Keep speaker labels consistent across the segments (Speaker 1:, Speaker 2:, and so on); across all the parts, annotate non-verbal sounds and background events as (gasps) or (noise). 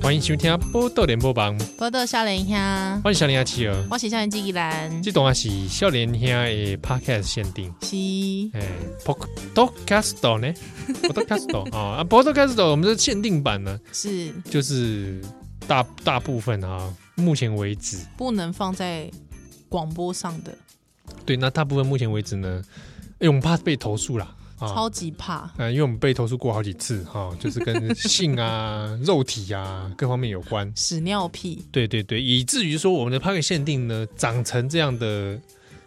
Speaker 1: 欢迎收听《波豆联播榜》，
Speaker 2: 波豆少年兄，
Speaker 1: 欢迎小林阿七儿。
Speaker 2: 我是少年纪依兰，
Speaker 1: 这段是少年兄的 podcast 限定，
Speaker 2: 是
Speaker 1: 哎，podcast 呢？podcast 啊啊，podcast 我们是限定版呢，
Speaker 2: 是
Speaker 1: 就是大大部分啊，目前为止，
Speaker 2: 不能放在广播上的，
Speaker 1: 对，那大部分目前为止呢，哎，我们怕被投诉啦啊。
Speaker 2: 超级怕。
Speaker 1: 嗯，因为我们被投诉过好几次哈、就是跟性啊、肉体啊各方面有关。
Speaker 2: 屎尿屁，
Speaker 1: 对对对，以至于说我们的 p a r k 限定呢，长成这样的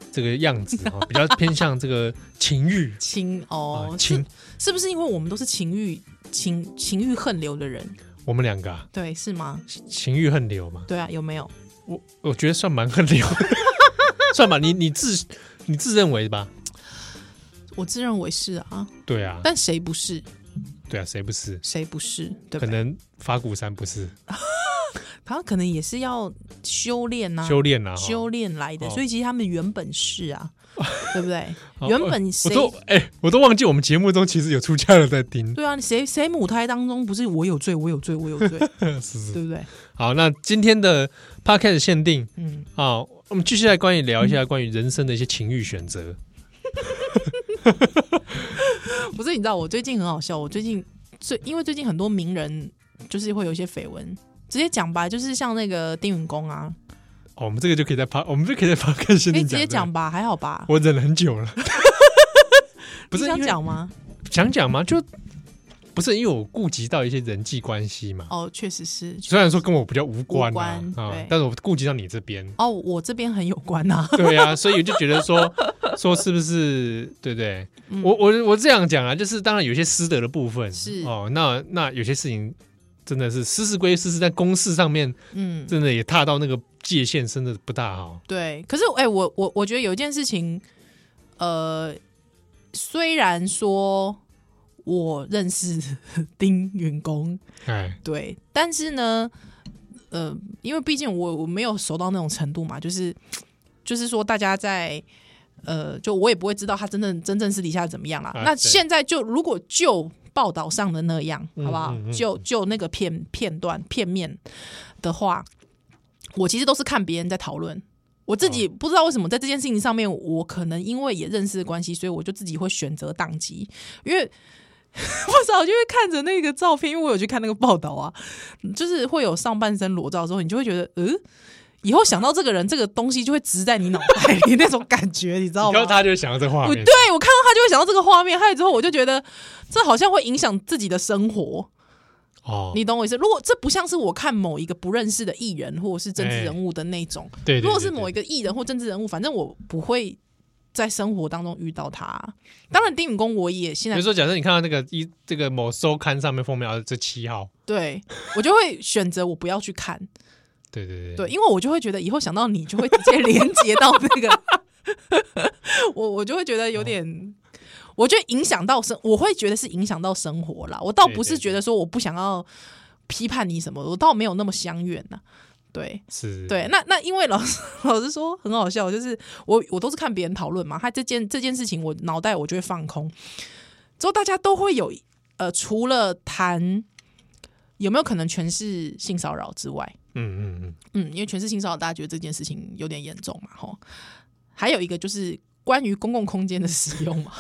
Speaker 1: 这个样子哈、比较偏向这个情欲
Speaker 2: 情
Speaker 1: 啊、
Speaker 2: (laughs) 哦，
Speaker 1: 情
Speaker 2: 是，是不是因为我们都是情欲情情欲横流的人？
Speaker 1: 我们两个、啊、
Speaker 2: 对，是吗？
Speaker 1: 情欲横流嘛，
Speaker 2: 对啊，有没有？
Speaker 1: 我我觉得算蛮横流，
Speaker 2: (laughs)
Speaker 1: 算吧，你你自你自认为吧？
Speaker 2: 我自认为是啊，
Speaker 1: 对啊，
Speaker 2: 但谁不是？
Speaker 1: 对啊，谁不是？
Speaker 2: 谁不是？对
Speaker 1: 可
Speaker 2: 不对？
Speaker 1: 能法鼓山不是
Speaker 2: 他可能也是要修炼呐、
Speaker 1: 修炼啊，哈
Speaker 2: 修炼来的，
Speaker 1: 哦
Speaker 2: 所以其实他们原本是
Speaker 1: (laughs)
Speaker 2: 啊，对不对？
Speaker 1: 好
Speaker 2: 原
Speaker 1: 呃
Speaker 2: 本
Speaker 1: 我
Speaker 2: 谁
Speaker 1: 都哎、我都忘记我们节目中其实有出家人在听，
Speaker 2: (laughs) 对啊，谁谁母胎当中不是我有罪，我有罪，我有
Speaker 1: (laughs)
Speaker 2: 罪，
Speaker 1: 是是。
Speaker 2: 对不对？
Speaker 1: 好，那今天的 podcast 限定
Speaker 2: 嗯，
Speaker 1: 啊、我们继续来关于聊一下关于人生的一些情欲选择。
Speaker 2: 不是，你知道我最近很好笑，我最近最因为最近很多名人就是会有一些绯闻，直接讲吧，就是像那个丁允恭啊，
Speaker 1: 哦，我们这个就可以在趴，我们就可以在趴看限
Speaker 2: 可以
Speaker 1: 定
Speaker 2: 哎直接
Speaker 1: 讲
Speaker 2: 讲吧，还好吧
Speaker 1: 的。？我忍了很
Speaker 2: (laughs)
Speaker 1: 久了，不是
Speaker 2: 你想
Speaker 1: 因为
Speaker 2: 讲吗？
Speaker 1: 想讲吗？就不是因为我顾及到一些人际关系嘛，
Speaker 2: 哦，确实是。
Speaker 1: 虽然说跟我比较无关
Speaker 2: 无
Speaker 1: 啊
Speaker 2: 关，
Speaker 1: 啊
Speaker 2: 对，
Speaker 1: 但是我顾及到你这边
Speaker 2: 哦，我这边很有关呐、
Speaker 1: 对
Speaker 2: (laughs)
Speaker 1: 啊，所以我就觉得说说是不是对不对？
Speaker 2: 嗯
Speaker 1: 我我我这样讲啊，就是当然有些私德的部分
Speaker 2: 是
Speaker 1: 哦，那那有些事情真的是私事归私事，在公事上面
Speaker 2: 嗯，
Speaker 1: 真的也踏到那个界限，真的不大好。
Speaker 2: 对。可是，哎、我我我觉得有一件事情，呃，虽然说我认识 (laughs) 丁允恭，
Speaker 1: 哎，
Speaker 2: 对，但是呢，呃，因为毕竟我我没有熟到那种程度嘛，就是就是说大家在呃，就我也不会知道他真正真正私底下怎么样啦。
Speaker 1: 啊
Speaker 2: 那
Speaker 1: 对
Speaker 2: 现在就如果就报道上的那样，
Speaker 1: 嗯
Speaker 2: 好不好？
Speaker 1: 嗯嗯
Speaker 2: 就就那个片片段片面的话，我其实都是看别人在讨论。我自
Speaker 1: 哦
Speaker 2: 己不知道为什么在这件事情上面，我可能因为也认识的关系，所以我就自己会选择宕机，因为 (laughs) 不知道，就会看着那个照片，因为我有去看那个报道啊，就是会有上半身裸照的时候，你就会觉得，嗯、以后想到这个人，这个东西就会植在你脑袋里 (laughs) 那种感觉，你知道
Speaker 1: 然后？
Speaker 2: 吗
Speaker 1: 他就会想到这画
Speaker 2: 我
Speaker 1: 面，
Speaker 2: 对我看到他就会想到这个画面，还有之后我就觉得这好像会影响自己的生活，
Speaker 1: 哦，
Speaker 2: 你懂我意思？如果这不像是我看某一个不认识的艺人或者是政治人物的那种，
Speaker 1: 哎对，对
Speaker 2: 如果是
Speaker 1: 对
Speaker 2: 某
Speaker 1: 对
Speaker 2: 一个艺人或政治人物，反正我不会在生活当中遇到他。啊当然，丁允恭我也现
Speaker 1: 比如
Speaker 2: 在
Speaker 1: 说，假设你看到那个一这个某周刊上面封面，啊，这七号，
Speaker 2: 对我就会选择我不要去看，
Speaker 1: 对 (laughs) 对对
Speaker 2: 对，因为我就会觉得以后想到你就会直接连接到那个， (laughs) 我我就会觉得
Speaker 1: 哦
Speaker 2: 有点。我觉得影响到生，我会觉得是影响到生活啦。我倒不
Speaker 1: 对
Speaker 2: 是
Speaker 1: 对对
Speaker 2: 觉得说我不想要批判你什么，我倒没有那么相怨呐、对，
Speaker 1: 是，
Speaker 2: 对，那那因为老师 (laughs) 老师说很好笑，就是我我都是看别人讨论嘛，他这件这件事情我脑袋我就会放空，之后大家都会有呃，除了谈有没有可能全是性骚扰之外，
Speaker 1: 嗯嗯嗯，
Speaker 2: 嗯，因为全是性骚扰，大家觉得这件事情有点严重嘛，吼，还有一个就是关于公共空间的使用嘛，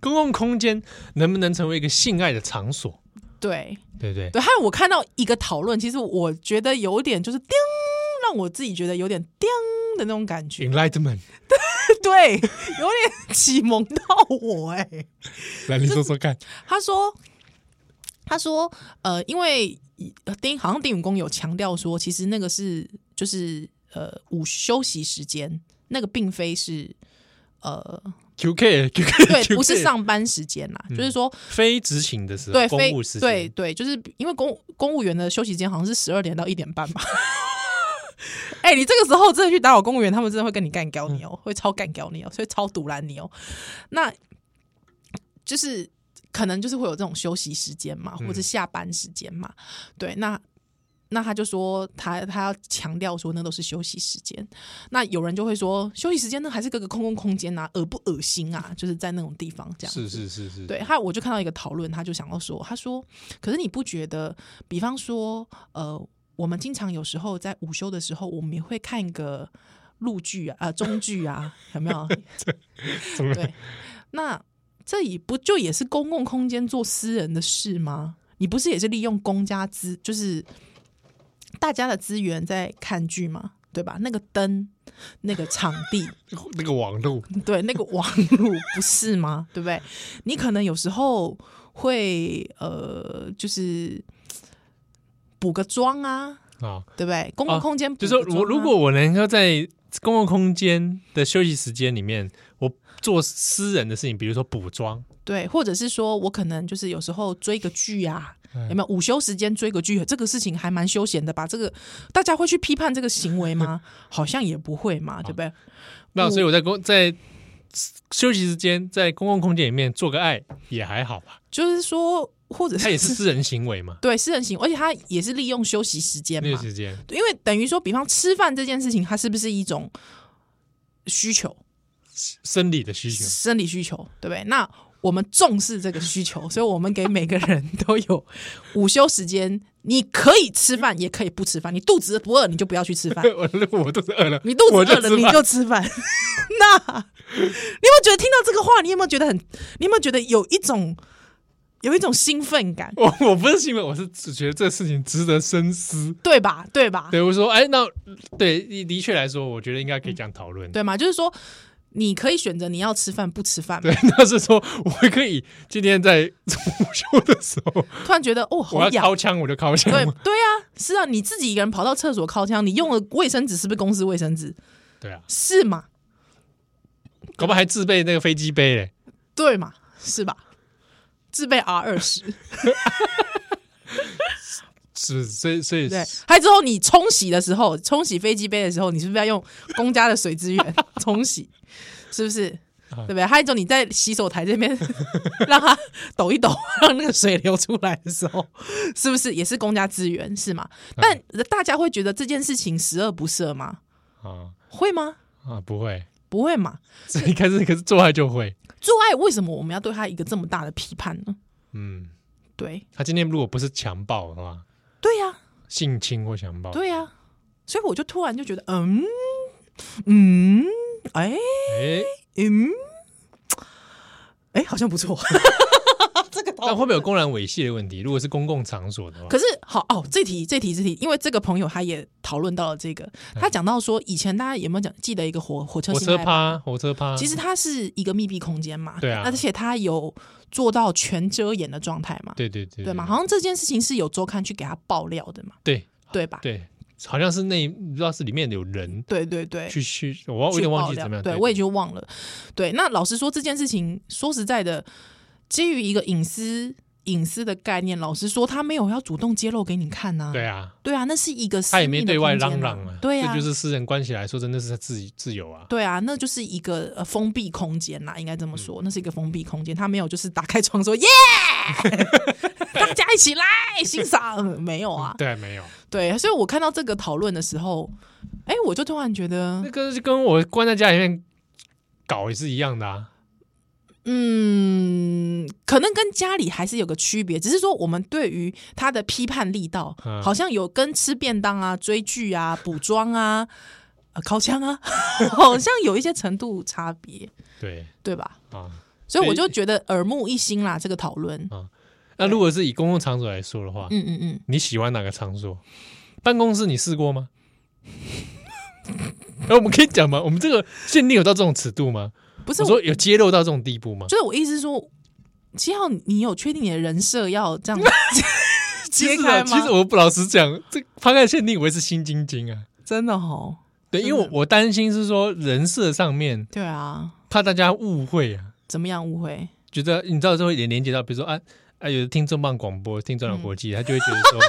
Speaker 1: 公共空间能不能成为一个性爱的场所？
Speaker 2: 对
Speaker 1: 对不对？
Speaker 2: 对，还有我看到一个讨论，其实我觉得有点就是叮，让我自己觉得有点叮的那种感觉， (laughs)
Speaker 1: Enlightenment，
Speaker 2: 对，有点启蒙到我哎、
Speaker 1: 来你说说看，
Speaker 2: 他说，他说，呃，因为呃丁好像丁允恭有强调说，其实那个是就是呃午休息时间，那个并非是 (laughs) 呃
Speaker 1: QK
Speaker 2: 对
Speaker 1: QK，
Speaker 2: 不是上班时间啦，就是说
Speaker 1: 非执勤的时候，
Speaker 2: 对
Speaker 1: 公
Speaker 2: 非
Speaker 1: 务时间，
Speaker 2: 对对，就是因为公公务员的休息时间好像是十二点到一点半吧。 (laughs) 哎、你这个时候真的去打扰公务员，他们真的会跟你干掉你哦，
Speaker 1: 嗯
Speaker 2: 会超干掉你哦，所以超堵拦你哦。那就是
Speaker 1: 嗯
Speaker 2: 可能就是会有这种休息时间嘛，或者是下班时间嘛。对，那那他就说他他要强调说那都是休息时间。那有人就会说休息时间那还是个个公共空间呐、恶不恶心啊？就是在那种地方这样子。
Speaker 1: 是是是是，
Speaker 2: 对，他我就看到一个讨论，他就想要说，他说，可是你不觉得，比方说，呃，我们经常有时候在午休的时候，我们也会看个陆剧啊、呃中剧啊，有没有？
Speaker 1: 怎么了
Speaker 2: 对，那这也不就也是公共空间做私人的事吗？你不是也是利用公家资，就是大家的资源在看剧吗？对吧？那个灯，那个场地，
Speaker 1: 那个网路
Speaker 2: 对，那个网路不是吗？对不对？你可能有时候会呃，就是补个妆啊，
Speaker 1: 啊，
Speaker 2: 对不对？公共
Speaker 1: 啊
Speaker 2: 空间、
Speaker 1: 就是我如果我能够在公共空间的休息时间里面，我做私人的事情，比如说补妆，
Speaker 2: 对，或者是说我可能就是有时候追个剧啊，
Speaker 1: 嗯
Speaker 2: 有没有午休时间追个剧？这个事情还蛮休闲的吧？这个大家会去批判这个行
Speaker 1: (laughs)
Speaker 2: 为吗？好像也不会嘛，
Speaker 1: 哦
Speaker 2: 对不对？
Speaker 1: 那
Speaker 2: 嗯
Speaker 1: 所以我在公在休息时间在公共空间里面做个爱也还好吧，
Speaker 2: 就是说，或者
Speaker 1: 它
Speaker 2: 是，
Speaker 1: 也是私人行为嘛
Speaker 2: (laughs) 对私人行为，而且他也是利用休息时间
Speaker 1: 那个
Speaker 2: 嘛，
Speaker 1: 时间
Speaker 2: 因为等于说，比方吃饭这件事情，它是不是一种需求？
Speaker 1: 生理的需
Speaker 2: (laughs)
Speaker 1: 求，。
Speaker 2: 生理需求，对不对？那我们重视这个需求，所以我们给每个人都有午休时间，你可以吃饭，也可以不吃饭。你肚子不饿，你就不要去吃饭
Speaker 1: (laughs) 我如果我肚子饿了，
Speaker 2: 你肚子
Speaker 1: 我就
Speaker 2: 饿了，
Speaker 1: 吃
Speaker 2: 你
Speaker 1: 饭
Speaker 2: 就吃饭。 (laughs) 那你有没有觉得听到这个话，你有没有觉得很？你有没有觉得有一种有一种兴奋感，
Speaker 1: (laughs) 我我不是因为我是只觉得这事情值得深思。
Speaker 2: 对吧？对吧？
Speaker 1: 对，我说，哎，那对的的确来说，我觉得应该可以这样讨论。
Speaker 2: 对吗？就是说，你可以选择你要吃饭不吃饭嘛。
Speaker 1: 对， (laughs) 那是说我可以今天在午休的时候，
Speaker 2: 突然觉得哦，
Speaker 1: 我
Speaker 2: 好
Speaker 1: 要
Speaker 2: 痒。
Speaker 1: 掏枪我就掏枪。
Speaker 2: 对对啊，是啊，你自己一个人跑到厕所靠枪，你用了卫生纸是不是公司卫生纸？
Speaker 1: 对啊，
Speaker 2: 是嘛？
Speaker 1: 搞不好还自备那个飞机杯嘞。
Speaker 2: 对嘛？是吧？自备 R 二十，
Speaker 1: 是，所以所以
Speaker 2: 对，还有之后你冲洗的时候，冲洗飞机杯的时候，你是不是要用公家的水资源 (laughs) 冲洗？是不是？对不对？还有一种你在洗手台这边让它抖一抖， (laughs) 让那个水流出来的时候，是不是也是公家资源是吗？但大家会觉得这件事情十恶不赦吗？
Speaker 1: 啊
Speaker 2: 会吗？
Speaker 1: 啊不会，
Speaker 2: 不会嘛？
Speaker 1: 所以开始 (laughs) 可是做爱就会。
Speaker 2: 做爱为什么我们要对他一个这么大的批判呢？
Speaker 1: 嗯，
Speaker 2: 对，
Speaker 1: 他今天如果不是强暴的话，
Speaker 2: 对呀、
Speaker 1: 性侵或强暴，
Speaker 2: 对呀、所以我就突然就觉得，嗯嗯，哎、
Speaker 1: 哎，
Speaker 2: 嗯，哎、好像不
Speaker 1: (laughs)
Speaker 2: 错。这个
Speaker 1: 那会不会有公然猥亵的问题？如果是公共场所的话，
Speaker 2: 哦可是好哦，这题这题这题，因为这个朋友他也讨论到了这个，他讲到说以前大家有没有讲记得一个火火车
Speaker 1: 嗯火
Speaker 2: 性
Speaker 1: 车
Speaker 2: 爱
Speaker 1: 趴，火车趴，
Speaker 2: 其实它是一个密闭空间嘛，
Speaker 1: 对啊
Speaker 2: 而且它有做到全遮掩的状态嘛，
Speaker 1: 对对对
Speaker 2: 对嘛？好像这件事情是有周刊去给他爆料的嘛，
Speaker 1: 对
Speaker 2: 对吧？
Speaker 1: 对，好像是那不知道是里面有人
Speaker 2: 对对对，
Speaker 1: 去去，我忘我有
Speaker 2: 去
Speaker 1: 点
Speaker 2: 爆
Speaker 1: 忘记
Speaker 2: 料
Speaker 1: 怎么样，
Speaker 2: 对我也就忘了。对，那老实说，这件事情说实在的，基于一个隐私隐私的概念，老实说，他没有要主动揭露给你看呐、
Speaker 1: 对啊，
Speaker 2: 对啊，那是一个私
Speaker 1: 他也
Speaker 2: 密
Speaker 1: 没
Speaker 2: 的
Speaker 1: 对外
Speaker 2: 空间
Speaker 1: 嚷
Speaker 2: 啊
Speaker 1: 嚷啊，
Speaker 2: 对啊，
Speaker 1: 这就是私人关系来说，真的是他自己自由啊。
Speaker 2: 对啊，那就是一个、呃、封闭空间啦，应该这么
Speaker 1: 嗯
Speaker 2: 说，那是一个封闭空间，他没有就是打开窗说
Speaker 1: (laughs)
Speaker 2: 耶，大家一起来欣赏， (laughs) 没有啊，
Speaker 1: 对，没有，
Speaker 2: 对，所以我看到这个讨论的时候，哎，我就突然觉得
Speaker 1: 那，个就跟我关在家里面搞也是一样的啊。
Speaker 2: 嗯，可能跟家里还是有个区别，只是说我们对于他的批判力道，
Speaker 1: 嗯
Speaker 2: 好像有跟吃便当啊、追剧啊、补妆啊、 (laughs) 呃、烤枪啊， (laughs) 好像有一些程度差别，
Speaker 1: 对
Speaker 2: 对吧？
Speaker 1: 啊，
Speaker 2: 所以我就觉得耳目一新啦，这个讨论。
Speaker 1: 那如果是以公共场所来说的话，
Speaker 2: 嗯嗯嗯，
Speaker 1: 你喜欢哪个场所？办公室你试过吗？ (laughs) 哎，我们可以讲吗？我们这个限定有到这种尺度吗？
Speaker 2: 不是
Speaker 1: 我
Speaker 2: 我，
Speaker 1: 说有揭露到这种地步吗？
Speaker 2: 就是我意思是说，七号，你有确定你的人设要这样
Speaker 1: (laughs) 其
Speaker 2: 揭
Speaker 1: 实
Speaker 2: 开
Speaker 1: 啊，
Speaker 2: 吗？
Speaker 1: 其实我老实讲，这发开限定我也是心惊惊啊。
Speaker 2: 真的哦，
Speaker 1: 对，因为我
Speaker 2: 真
Speaker 1: 我担心是说人设上面
Speaker 2: 对啊，
Speaker 1: 怕大家误会啊，
Speaker 2: 怎么样误会？
Speaker 1: 觉得你知道就会连连接到，比如说啊啊，有的听重磅广播，听重磅国际，
Speaker 2: 嗯
Speaker 1: 他就会觉得说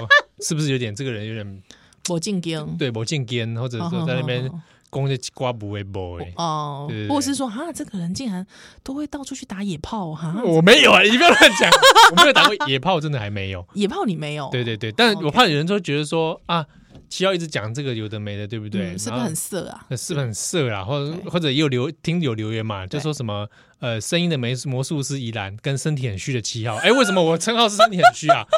Speaker 1: 是不是有点这个人有点
Speaker 2: 我进京，
Speaker 1: 对某进边，或者
Speaker 2: (laughs) 好，
Speaker 1: 说在那边
Speaker 2: 好好好
Speaker 1: 攻击瓜不会 boy。
Speaker 2: 哦
Speaker 1: 对对，对
Speaker 2: 或者是说啊，这个人竟然都会到处去打野炮哈、
Speaker 1: 我没有啊，你不要乱
Speaker 2: (laughs)
Speaker 1: 讲，我没有打过野炮，真的还没有。
Speaker 2: 野炮你没有，
Speaker 1: 对对对，但
Speaker 2: 哦
Speaker 1: 我怕有人都觉得说啊，七幺一直讲这个有的没的，对不对？
Speaker 2: 嗯，是不
Speaker 1: 然后
Speaker 2: 是很
Speaker 1: (laughs)
Speaker 2: 色啊？
Speaker 1: 呃是不是很色啦？或者
Speaker 2: 对
Speaker 1: 或者也有留听有留言嘛，就
Speaker 2: 对
Speaker 1: 说什么呃，声音的魔魔术师宜兰跟身体很虚的七号，哎，为什么我称号是身体很虚啊？ (laughs)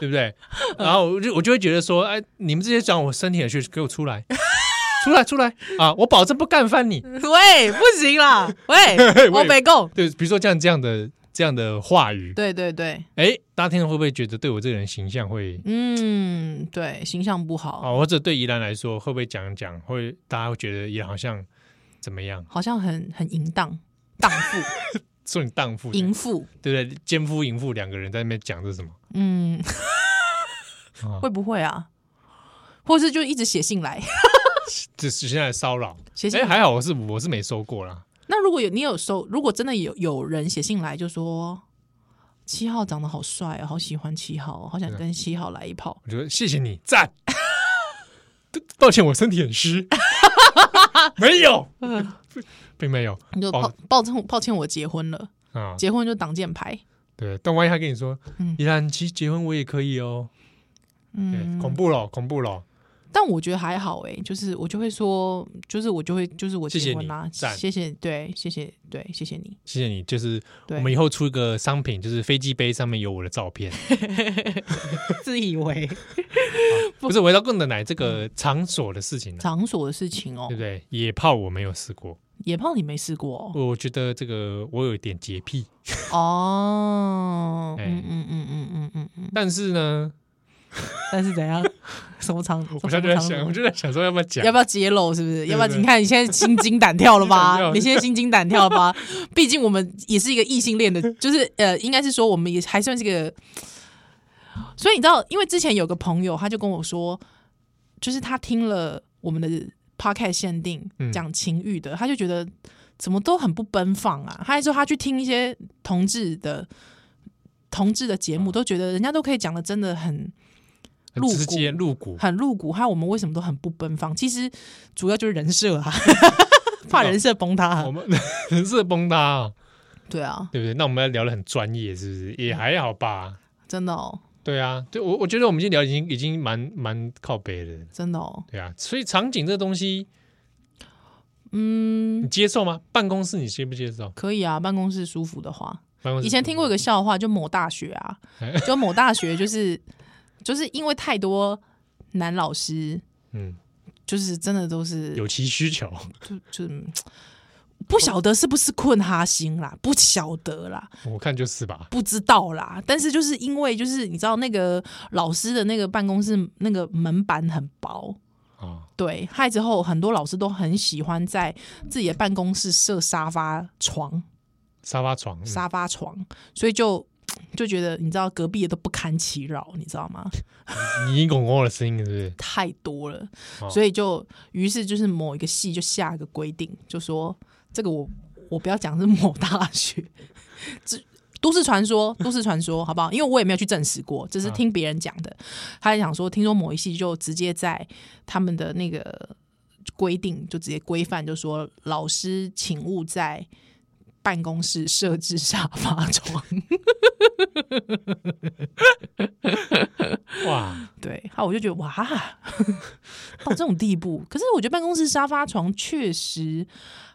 Speaker 1: 对不对？然后我就我就会觉得说，哎，你们这些讲我身体很虚，给我出
Speaker 2: (laughs)
Speaker 1: 来，出来，出来啊！我保证不干翻你。
Speaker 2: 喂，不行
Speaker 1: (laughs)
Speaker 2: 啦，
Speaker 1: 喂
Speaker 2: 喂，我没够。
Speaker 1: 对，比如说这样这样的这样的话语，
Speaker 2: 对对对，
Speaker 1: 哎，大家听了会不会觉得对我这个人形象会
Speaker 2: 嗯，对，形象不好，
Speaker 1: 啊，或者对宜兰来说，会不会讲讲会大家会觉得也好像怎么样，
Speaker 2: 好像很很淫荡，荡妇、
Speaker 1: 说你荡妇，对
Speaker 2: 淫妇，
Speaker 1: 不对？奸夫淫妇两个人在那边讲这是什么？ (laughs)
Speaker 2: 嗯，
Speaker 1: 啊
Speaker 2: 会不会啊？或是就一直写信来， (laughs)
Speaker 1: 这是现在的骚扰。
Speaker 2: 写信
Speaker 1: 哎，
Speaker 2: 来。
Speaker 1: 还好我是我是没收过啦。
Speaker 2: 那如果有你有收，如果真的有有人写信来，就说七号长得好帅哦，好喜欢七号哦，好
Speaker 1: 啊
Speaker 2: 想跟七号来一炮。
Speaker 1: 我觉得谢谢你，赞。 (laughs) 对抱歉，我身体很虚， (laughs) 没有， (laughs) 并没有
Speaker 2: 你就
Speaker 1: 哦
Speaker 2: 抱抱歉，抱歉，我结婚了，
Speaker 1: 啊。
Speaker 2: 结婚就挡箭牌。
Speaker 1: 对，但万一他跟你说
Speaker 2: 嗯，
Speaker 1: 宜兰其实结婚我也可以哦，对，
Speaker 2: 嗯，
Speaker 1: 恐怖了，恐怖了。
Speaker 2: 但我觉得还好哎、就是我就会说，就是我就会，就是我
Speaker 1: 谢谢
Speaker 2: 结婚啦
Speaker 1: 你，赞
Speaker 2: 谢谢，对，谢谢，对，谢谢你，
Speaker 1: 谢谢你，就是
Speaker 2: 对
Speaker 1: 我们以后出一个商品，就是飞机杯上面有我的照
Speaker 2: (laughs)
Speaker 1: 片。
Speaker 2: 自以为
Speaker 1: 不是，我要更的奶这个场所的事情呢、
Speaker 2: (laughs) 场所的事情哦
Speaker 1: 对，不对？野炮我没有试过，
Speaker 2: 野炮你没试过
Speaker 1: 我觉得这个我有一点洁癖，
Speaker 2: 哦，哦，
Speaker 1: 哎
Speaker 2: 嗯嗯嗯嗯嗯嗯嗯，
Speaker 1: 但是呢，
Speaker 2: 但是怎样， (laughs) 什么场，
Speaker 1: 我现
Speaker 2: 什么
Speaker 1: 在就在
Speaker 2: 场
Speaker 1: 想，
Speaker 2: 所
Speaker 1: 我就在想说要不要讲
Speaker 2: 要，不要揭露？是不是？
Speaker 1: 对
Speaker 2: 要不要？你看你现在心惊胆跳
Speaker 1: (laughs)
Speaker 2: 了
Speaker 1: 心惊胆跳
Speaker 2: 吧？你现在心惊胆跳
Speaker 1: (laughs)
Speaker 2: 了吧？毕竟我们也是一个异性恋的，就是呃，应该是说我们也还算是个。所以你知道，因为之前有个朋友，他就跟我说，就是他听了我们的 podcast 限定
Speaker 1: 嗯
Speaker 2: 讲情欲的，他就觉得怎么都很不奔放啊。他还说他去听一些同志的同志的节
Speaker 1: 哦
Speaker 2: 目，都觉得人家都可以讲的真的很
Speaker 1: 很
Speaker 2: 露
Speaker 1: 直接露骨，
Speaker 2: 很露骨，还有我们为什么都很不奔放？其实主要就是人设
Speaker 1: (laughs)
Speaker 2: 啊，怕人设崩塌、
Speaker 1: 我
Speaker 2: 啊。
Speaker 1: 们 (laughs) 人设崩塌、啊，
Speaker 2: 对啊，
Speaker 1: 对不对？那我们要聊得很专业，是不
Speaker 2: 嗯
Speaker 1: 是？也还好吧。
Speaker 2: 真的哦，
Speaker 1: 对啊，对我我觉得我们今天聊已经已经蛮蛮靠北的，
Speaker 2: 真的哦，
Speaker 1: 对啊。所以场景这东西
Speaker 2: 嗯，
Speaker 1: 你接受吗？办公室你接不接受？
Speaker 2: 可以啊，办公室舒服的话，
Speaker 1: 办公室啊
Speaker 2: 以前听过一个笑话，就某大学啊，
Speaker 1: 哎
Speaker 2: 就某大学就是就是因为太多男老师，
Speaker 1: 嗯，
Speaker 2: 就是真的都是
Speaker 1: 有其需求，
Speaker 2: 就就。嗯不晓得是不是困哈星啦，不晓得啦，
Speaker 1: 我看就是吧。
Speaker 2: 不知道啦，但是就是因为就是你知道那个老师的那个办公室那个门板很薄，
Speaker 1: 啊、
Speaker 2: 对，害之后很多老师都很喜欢在自己的办公室设沙发床、
Speaker 1: 沙发床，嗯
Speaker 2: 沙发床，所以就就觉得你知道隔壁也都不堪其扰，你知道吗？
Speaker 1: 嗯你拱我的声音是不是？
Speaker 2: 太多了
Speaker 1: 哦，
Speaker 2: 所以就于是就是某一个系就下一个规定，就说这个我我不要讲是某大学， (laughs) 这都市传
Speaker 1: (laughs)
Speaker 2: 说，都市传说，好不好？因为我也没有去证实过，
Speaker 1: 啊
Speaker 2: 只是听别人讲的。他就想说，听说某一系就直接在他们的那个规定就直接规范，就说老师请勿在。办公室设置沙发床，
Speaker 1: 哇，
Speaker 2: 对，好，我就觉得哇，到这种地步。可是我觉得办公室沙发床确实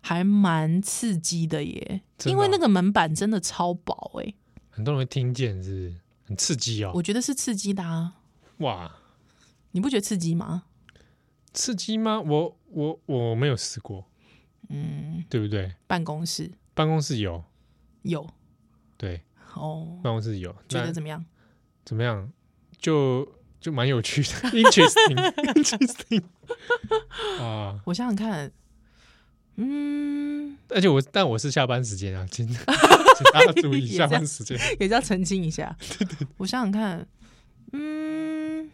Speaker 2: 还蛮刺激的耶，
Speaker 1: 真的哦
Speaker 2: 因为那个门板真的超薄哎、
Speaker 1: 很多人会听见，是不是很刺激哦？
Speaker 2: 我觉得是刺激的啊，
Speaker 1: 哇，
Speaker 2: 你不觉得刺激吗？
Speaker 1: 刺激吗？我我我没有试过，嗯，对不对？
Speaker 2: 办公室
Speaker 1: 办公室有，
Speaker 2: 有
Speaker 1: 对，
Speaker 2: 哦，
Speaker 1: 办公室有，
Speaker 2: 觉
Speaker 1: 那
Speaker 2: 得怎么样？
Speaker 1: 怎么样？就就蛮有趣的 (laughs) ，interesting，interesting
Speaker 2: (laughs)
Speaker 1: 啊！
Speaker 2: 我想想看，嗯， (laughs)
Speaker 1: 而且我但我是下班时间啊，请请大家注意
Speaker 2: 也这
Speaker 1: 下
Speaker 2: 样
Speaker 1: 班时间。
Speaker 2: 也是要澄清
Speaker 1: (laughs)
Speaker 2: 一下。我想想看，嗯，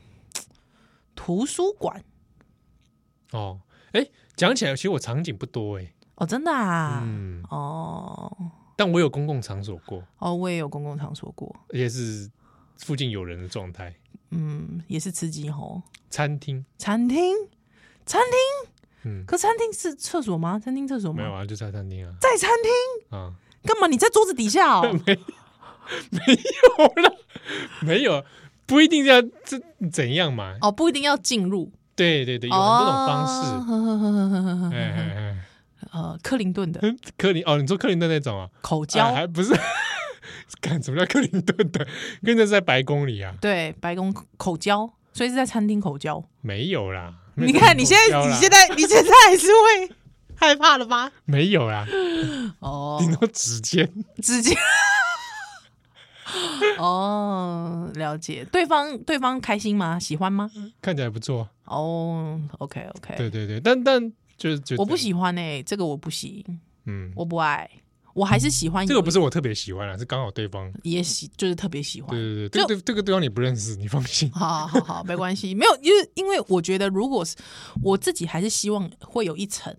Speaker 2: 图书馆
Speaker 1: 哦，哎，讲起来，其实我场景不多哎、
Speaker 2: 哦，真的啊，
Speaker 1: 嗯，
Speaker 2: 哦
Speaker 1: 但我有公共场所过，
Speaker 2: 哦，我也有公共场所过。
Speaker 1: 而且是附近有人的状态，
Speaker 2: 嗯，也是吃鸡吼。
Speaker 1: 餐厅，
Speaker 2: 餐厅，餐厅，
Speaker 1: 嗯
Speaker 2: 可餐厅是厕所吗？餐厅厕所吗？
Speaker 1: 没有啊，就在餐厅啊
Speaker 2: 在餐厅
Speaker 1: 啊，
Speaker 2: 干嘛？你在桌子底下
Speaker 1: (laughs)
Speaker 2: 哦？
Speaker 1: 没有，不一定要这怎样嘛。
Speaker 2: 哦，不一定要进入，
Speaker 1: 对对对，有很
Speaker 2: 哦，
Speaker 1: 多种方式。哎
Speaker 2: 式。
Speaker 1: 哎
Speaker 2: (laughs)
Speaker 1: (laughs)
Speaker 2: 呃，克林顿的
Speaker 1: 哎，克林哦，你说克林顿那种啊？
Speaker 2: 口
Speaker 1: 啊
Speaker 2: 交，
Speaker 1: 还 (laughs) 不是？干什么叫克林顿的？ (laughs) 克林顿是在白宫里啊，
Speaker 2: 对，白宫口交，所以是在餐厅口交。
Speaker 1: 没有啦。
Speaker 2: 你看，你现在，你现在，你现在还是会害怕了吗？
Speaker 1: 在没有啦，
Speaker 2: 哦，
Speaker 1: 顶多指尖。
Speaker 2: 直接。 (laughs) 哦，了解。对方对方开心吗？喜欢吗？
Speaker 1: 看起来不错。
Speaker 2: 哦，OK OK。
Speaker 1: 对对对，但但就是就
Speaker 2: 我不，喜欢哎、这个我不行，
Speaker 1: 嗯，
Speaker 2: 我不爱，我还是喜欢有
Speaker 1: 这个不是我特别喜欢啦，是刚好对方。
Speaker 2: 也喜，就是特别喜欢。
Speaker 1: 对对对，这个对这个对方你不认识，你放心。
Speaker 2: 好好好，没关系，没有，因为因为我觉得，如果是我自己，还是希望会有一层，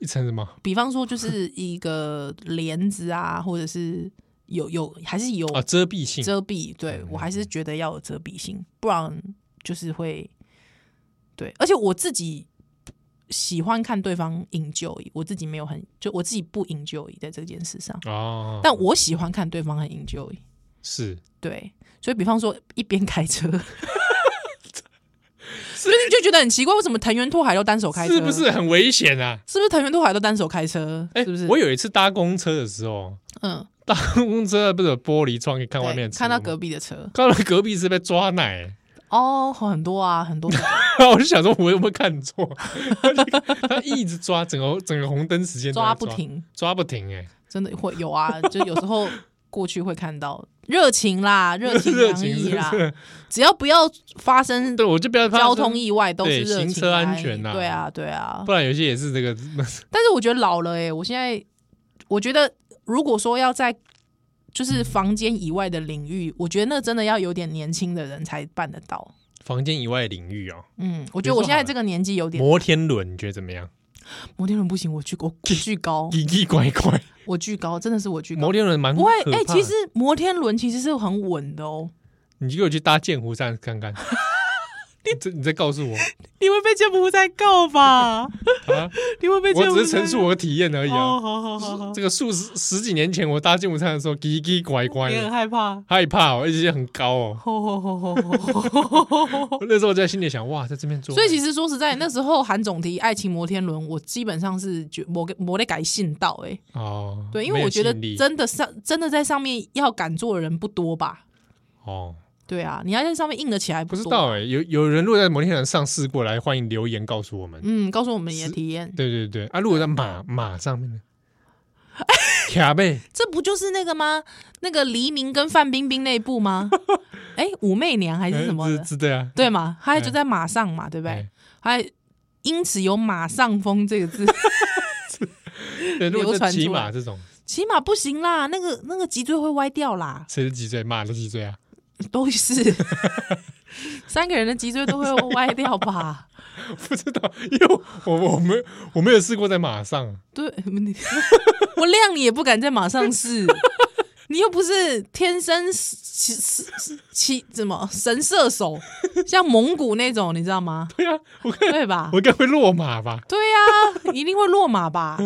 Speaker 1: 一层什么？哦
Speaker 2: 比方说就是一个帘子啊，或者是有有还是有
Speaker 1: 啊，遮蔽性。嗯
Speaker 2: 遮蔽，对我还是觉得要有遮蔽性，不然就是会对。而且我自己喜欢看对方 enjoy，我自己没有很就我自己不 enjoy 在这件事上，
Speaker 1: 哦，
Speaker 2: 但我喜欢看对方很 enjoy，
Speaker 1: 是
Speaker 2: 对，所以比方说一边开
Speaker 1: (laughs)
Speaker 2: 车。就是就觉得很奇怪，为什么藤原拓海都单手开车？
Speaker 1: 是不是很危险啊？
Speaker 2: 是不是藤原拓海都单手开车？
Speaker 1: 哎、
Speaker 2: 是不是？
Speaker 1: 我有一次搭公车的时候， (laughs)
Speaker 2: 嗯，
Speaker 1: 搭公车不是有玻璃窗可以看
Speaker 2: 对
Speaker 1: 外面的车
Speaker 2: 看到
Speaker 1: 吗
Speaker 2: 隔壁的车
Speaker 1: 看到隔壁是被抓奶、 (laughs)
Speaker 2: 哦，很多啊，很多
Speaker 1: 然后我就想说，我有没有看错？ (laughs) 他一直抓，整个整个红灯时间都在
Speaker 2: 抓不，停，
Speaker 1: 抓不停、欸，
Speaker 2: 真的会有啊， (laughs) 就有时候过去会看到热情
Speaker 1: (laughs)
Speaker 2: 啦，热情
Speaker 1: 热
Speaker 2: 洋
Speaker 1: 情
Speaker 2: 溢
Speaker 1: 是不
Speaker 2: 啦，
Speaker 1: 是？ (laughs)
Speaker 2: 只要不要发生
Speaker 1: 对，我就不要怕
Speaker 2: 交通
Speaker 1: 说，
Speaker 2: 意外，都是
Speaker 1: 对
Speaker 2: 热情
Speaker 1: 行车安
Speaker 2: 洋溢
Speaker 1: 全呐
Speaker 2: 对啊，对啊
Speaker 1: 不。然有些也是这个， (laughs)
Speaker 2: 但是我觉得老了哎、我现在我觉得如果说要在就是房间以外的领域，我觉得那真的要有点年轻的人才办得到。
Speaker 1: 房间以外的领域哦、
Speaker 2: 嗯，我
Speaker 1: 比
Speaker 2: 觉得
Speaker 1: 如
Speaker 2: 我
Speaker 1: 说
Speaker 2: 现在
Speaker 1: 好了
Speaker 2: 这个年纪有点
Speaker 1: 摩天轮你觉得怎么样？
Speaker 2: 摩天轮不行，我巨我我巨高，
Speaker 1: 奇奇怪
Speaker 2: (laughs)
Speaker 1: 怪，
Speaker 2: 我巨高，真的是我巨高
Speaker 1: 摩。天轮蛮
Speaker 2: 哦不会，
Speaker 1: 可
Speaker 2: 哎、
Speaker 1: 怕
Speaker 2: 其
Speaker 1: 的
Speaker 2: 实摩天轮其实是很稳的哦。
Speaker 1: 你就给我去搭剑湖山看
Speaker 2: (laughs)
Speaker 1: 看。你这你再告诉我
Speaker 2: 你会被柬埔寨告吧？
Speaker 1: 啊！
Speaker 2: (laughs) 你会被
Speaker 1: 我
Speaker 2: 柬埔寨
Speaker 1: 只是陈述我的体验而已
Speaker 2: 哦，
Speaker 1: 啊。
Speaker 2: 好好好好，
Speaker 1: 这个数十十几年前我搭剑湖山的时候，奇奇怪怪
Speaker 2: 你很
Speaker 1: 的，
Speaker 2: 害怕。
Speaker 1: 害怕哦，而且很高哦。
Speaker 2: (laughs) 吼吼吼吼吼吼吼！
Speaker 1: 我那时候我就在心里想，哇，在这边做爱，
Speaker 2: 所以其实说实在，那时候韩总提《爱情摩天轮》，我基本上是觉我我得改信到哎、
Speaker 1: 哦，
Speaker 2: 对，因
Speaker 1: 没
Speaker 2: 为
Speaker 1: 有
Speaker 2: 我觉得
Speaker 1: 吸引力
Speaker 2: 真的上真的在上面要敢做的人不多吧？
Speaker 1: 哦，
Speaker 2: 对啊，你要在上面硬得起来
Speaker 1: 不
Speaker 2: 不
Speaker 1: 知
Speaker 2: 多
Speaker 1: 道哎，有有人如果在摩天轮上试过来，欢迎留言告诉我们。
Speaker 2: 嗯，告诉我们你的体验。
Speaker 1: 对对对，啊，如果在
Speaker 2: (laughs)
Speaker 1: 马马上面呢？卡贝
Speaker 2: 这不就是那个吗？那个黎明跟范冰冰那一
Speaker 1: (laughs)
Speaker 2: 部吗？哎，武媚娘还是什么
Speaker 1: 是
Speaker 2: 的，
Speaker 1: 是对啊，
Speaker 2: 对吗？还有
Speaker 1: 哎
Speaker 2: 就在马上嘛，对不对
Speaker 1: 哎？
Speaker 2: 还因此有“马上风”这个字， (laughs)
Speaker 1: 对，如果
Speaker 2: 流
Speaker 1: 在
Speaker 2: 传
Speaker 1: 骑
Speaker 2: 出来
Speaker 1: 马这种，
Speaker 2: 骑马不行啦，那个那个脊椎会歪掉啦， (laughs)
Speaker 1: 谁是脊椎？马的脊椎啊？ (laughs)
Speaker 2: 都是 (laughs) 三个人的脊椎都会歪掉吧？ (laughs)
Speaker 1: 不知道，因为我我我没我没有试过在马上，
Speaker 2: 对， (laughs) 你我谅你也不敢在马上试。 (laughs) 你又不是天生骑骑骑怎么神射手， (laughs) 像蒙古那种，你知道吗？
Speaker 1: (laughs) 对啊，我看
Speaker 2: 对吧？
Speaker 1: 我应该会落马吧？
Speaker 2: 对呀、一定会落
Speaker 1: (laughs)
Speaker 2: 马吧？